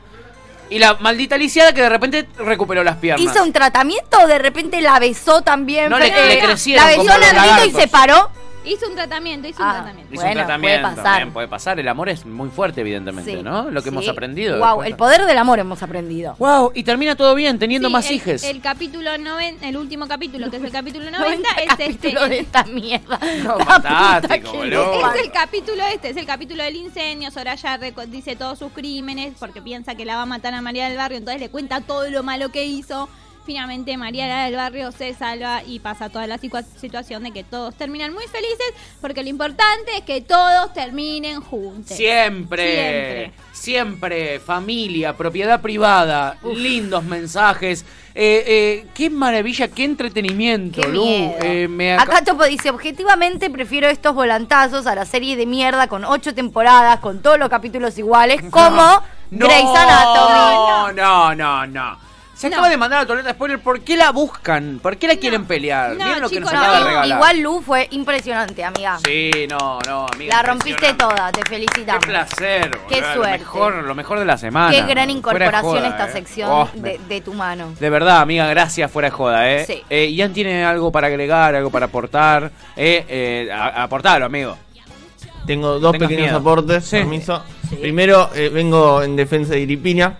Speaker 2: Y la maldita lisiada que de repente recuperó las piernas.
Speaker 3: ¿Hizo un tratamiento? ¿De repente la besó también?
Speaker 2: No, le-
Speaker 3: Fue-
Speaker 2: le
Speaker 3: eh,
Speaker 2: crecieron
Speaker 3: La
Speaker 2: como
Speaker 3: besó
Speaker 2: los
Speaker 3: Nandito y
Speaker 2: lagartos.
Speaker 3: se paró.
Speaker 4: Hizo un tratamiento, hizo
Speaker 3: Ah.
Speaker 4: un tratamiento.
Speaker 2: Hizo
Speaker 3: Bueno,
Speaker 2: un
Speaker 3: puede
Speaker 2: tratamiento.
Speaker 3: pasar.
Speaker 2: Bien, puede pasar. El amor es muy fuerte, evidentemente,
Speaker 3: Sí.
Speaker 2: ¿no? Lo que hemos
Speaker 3: Sí.
Speaker 2: aprendido.
Speaker 3: Wow, el poder del amor hemos aprendido.
Speaker 2: Wow, y termina todo bien, teniendo
Speaker 4: Sí,
Speaker 2: más
Speaker 4: el,
Speaker 2: hijes.
Speaker 4: El capítulo 90, el último capítulo, que es el capítulo 90,
Speaker 3: 90
Speaker 4: es
Speaker 3: capítulos
Speaker 4: este.
Speaker 3: de esta mierda.
Speaker 2: No,
Speaker 3: La
Speaker 2: fantástico,
Speaker 3: puta que
Speaker 2: boludo.
Speaker 3: lo
Speaker 4: Es
Speaker 3: parió.
Speaker 4: el capítulo este, es el capítulo del incendio. Soraya reco- dice todos sus crímenes porque piensa que la va a matar a María del Barrio, entonces le cuenta todo lo malo que hizo. Finalmente María la del barrio se salva y pasa toda la situa- situación de que todos terminan muy felices porque lo importante es que todos terminen juntos.
Speaker 2: Siempre,
Speaker 4: Siempre.
Speaker 2: siempre, familia, propiedad privada, lindos mensajes. Eh, eh, qué maravilla, qué entretenimiento,
Speaker 3: Qué
Speaker 2: Lu.
Speaker 3: miedo.
Speaker 2: Eh, me aca-
Speaker 3: Acá Topo dice, objetivamente prefiero estos volantazos a la serie de mierda con ocho temporadas, con todos los capítulos iguales, como
Speaker 2: no,
Speaker 3: Grey's
Speaker 2: No,
Speaker 3: Anatomy.
Speaker 2: no, no, no. Se
Speaker 4: No.
Speaker 2: acaba de mandar a Toleta Spoiler. ¿Por qué la buscan? ¿Por qué la quieren pelear?
Speaker 4: No,
Speaker 2: Miren lo que
Speaker 4: chicos,
Speaker 2: nos acaba de
Speaker 4: no.
Speaker 2: regalar.
Speaker 3: Igual Lu fue impresionante, amiga.
Speaker 2: Sí, no, no, amiga.
Speaker 3: la rompiste
Speaker 2: impresionante.
Speaker 3: toda, te
Speaker 2: Qué
Speaker 3: felicitamos.
Speaker 2: placer.
Speaker 3: Qué
Speaker 2: boludo,
Speaker 3: suerte.
Speaker 2: Lo mejor, lo mejor de la semana.
Speaker 3: Qué gran
Speaker 2: Fuera de
Speaker 3: incorporación
Speaker 2: joda,
Speaker 3: esta
Speaker 2: eh.
Speaker 3: sección
Speaker 2: Oh,
Speaker 3: de, de tu mano.
Speaker 2: De verdad, amiga, gracias fuera de joda, ¿eh?
Speaker 3: Sí.
Speaker 2: Eh, Ian tiene algo para agregar, algo para aportar. Eh, eh, a- aportalo, amigo.
Speaker 10: Tengo dos
Speaker 2: Tengas
Speaker 10: pequeños
Speaker 2: miedo.
Speaker 10: aportes,
Speaker 2: Sí.
Speaker 10: permiso. Primero, eh, vengo en defensa de Iripina.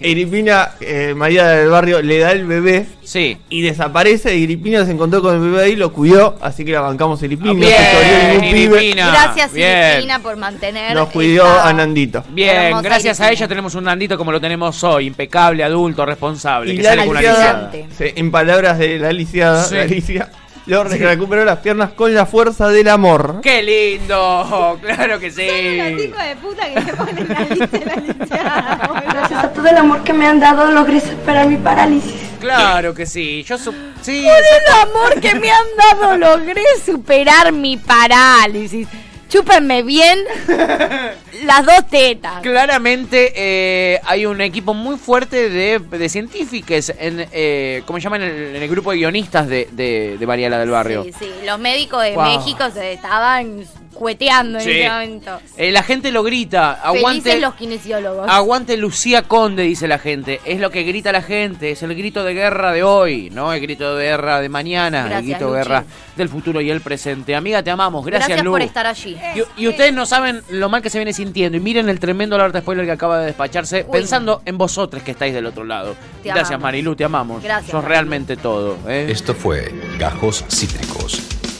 Speaker 10: Iripina, eh, María del Barrio, le da el bebé
Speaker 2: Sí.
Speaker 10: y desaparece. Y Iripina se encontró con el bebé ahí, lo cuidó, así que la bancamos a Iripina. no se corrió ningún pibe,
Speaker 2: Iripina,
Speaker 3: Gracias,
Speaker 2: Eh, bien.
Speaker 3: Irina, por mantener.
Speaker 10: Nos cuidó
Speaker 3: esta-
Speaker 10: a Nandito.
Speaker 2: Bien,
Speaker 3: Hermosa
Speaker 2: gracias a
Speaker 3: Iripina.
Speaker 2: ella tenemos un Nandito como lo tenemos hoy, impecable, adulto, responsable,
Speaker 10: Y
Speaker 2: que
Speaker 10: la
Speaker 2: sale con una
Speaker 10: lisiada,
Speaker 2: lisiada.
Speaker 3: Brillante.
Speaker 10: sí, en palabras de la lisiada,
Speaker 2: Sí.
Speaker 10: la lisia, lo re- recuperó las piernas con la fuerza del amor.
Speaker 2: ¡Qué lindo! ¡Claro que
Speaker 4: Son unos
Speaker 2: sí!
Speaker 4: hijos de puta que se ponen la lista de la lisiada, boludo.
Speaker 5: Gracias a todo el amor que me han dado logré superar mi parálisis.
Speaker 2: ¡Claro que sí! Yo su- sí,
Speaker 3: El amor que me han dado logré superar mi parálisis. Chúpenme bien las dos tetas.
Speaker 2: Claramente eh, hay un equipo muy fuerte de, de científicos, en, eh, ¿cómo llaman? En el, en el grupo de guionistas de, de, de Mariela del Barrio.
Speaker 3: Sí, sí, los médicos de
Speaker 2: Wow.
Speaker 3: México se estaban cueteando en
Speaker 2: Sí.
Speaker 3: ese momento.
Speaker 2: Eh, la gente lo grita, aguante,
Speaker 3: Felices los kinesiólogos.
Speaker 2: aguante Lucía Conde, dice la gente. Es lo que grita la gente, es el grito de guerra de hoy, ¿no? El grito de guerra de mañana,
Speaker 3: Gracias,
Speaker 2: el grito de
Speaker 3: Luchi.
Speaker 2: guerra del futuro y el presente. Amiga, te amamos, gracias,
Speaker 3: Gracias
Speaker 2: Lu.
Speaker 3: por estar allí.
Speaker 2: Y, y ustedes no saben lo mal que se viene sintiendo. Y miren el tremendo alerta spoiler que acaba de despacharse,
Speaker 3: Uy.
Speaker 2: pensando en vosotros que estáis del otro lado.
Speaker 3: Te
Speaker 2: Gracias,
Speaker 3: amamos.
Speaker 2: Marilu, te amamos.
Speaker 3: Gracias,
Speaker 2: Sos
Speaker 3: Marilu.
Speaker 2: realmente todo. ¿eh?
Speaker 1: Esto fue Gajos Cítricos.